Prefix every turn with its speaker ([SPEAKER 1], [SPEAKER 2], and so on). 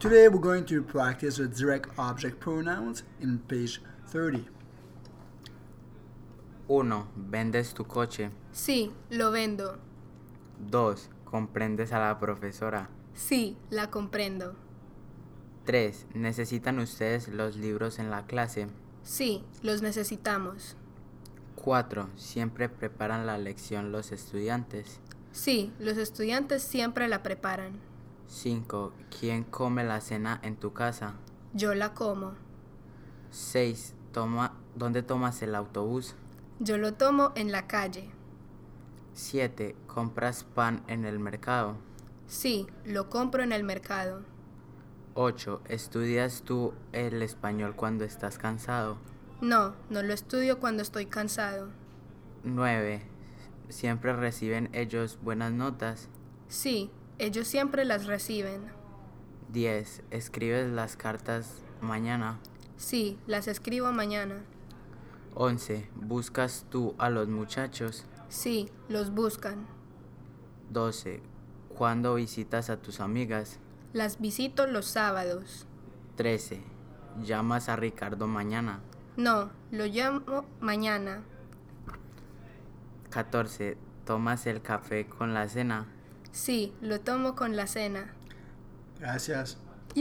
[SPEAKER 1] Today we're going to practice the direct object pronouns in page 30.
[SPEAKER 2] 1. Vendes tu coche.
[SPEAKER 3] Sí, lo vendo.
[SPEAKER 2] 2. Comprendes a la profesora.
[SPEAKER 3] Sí, la comprendo.
[SPEAKER 2] 3. ¿Necesitan ustedes los libros en la clase?
[SPEAKER 3] Sí, los necesitamos.
[SPEAKER 2] 4. ¿Siempre preparan la lección los estudiantes?
[SPEAKER 3] Sí, los estudiantes siempre la preparan.
[SPEAKER 2] 5. ¿Quién come la cena en tu casa?
[SPEAKER 3] Yo la como.
[SPEAKER 2] 6. Toma, ¿Dónde tomas el autobús?
[SPEAKER 3] Yo lo tomo en la calle.
[SPEAKER 2] 7. ¿Compras pan en el mercado?
[SPEAKER 3] Sí, lo compro en el mercado.
[SPEAKER 2] 8. ¿Estudias tú el español cuando estás cansado?
[SPEAKER 3] No, no lo estudio cuando estoy cansado.
[SPEAKER 2] 9. ¿Siempre reciben ellos buenas notas?
[SPEAKER 3] Sí, ellos siempre las reciben.
[SPEAKER 2] 10. ¿Escribes las cartas mañana?
[SPEAKER 3] Sí, las escribo mañana.
[SPEAKER 2] 11. ¿Buscas tú a los muchachos?
[SPEAKER 3] Sí, los buscan.
[SPEAKER 2] 12. ¿Cuándo visitas a tus amigas?
[SPEAKER 3] Las visito los sábados.
[SPEAKER 2] 13. ¿Llamas a Ricardo mañana?
[SPEAKER 3] No, lo llamo mañana.
[SPEAKER 2] 14. ¿Tomas el café con la cena?
[SPEAKER 3] Sí, lo tomo con la cena.
[SPEAKER 1] Gracias.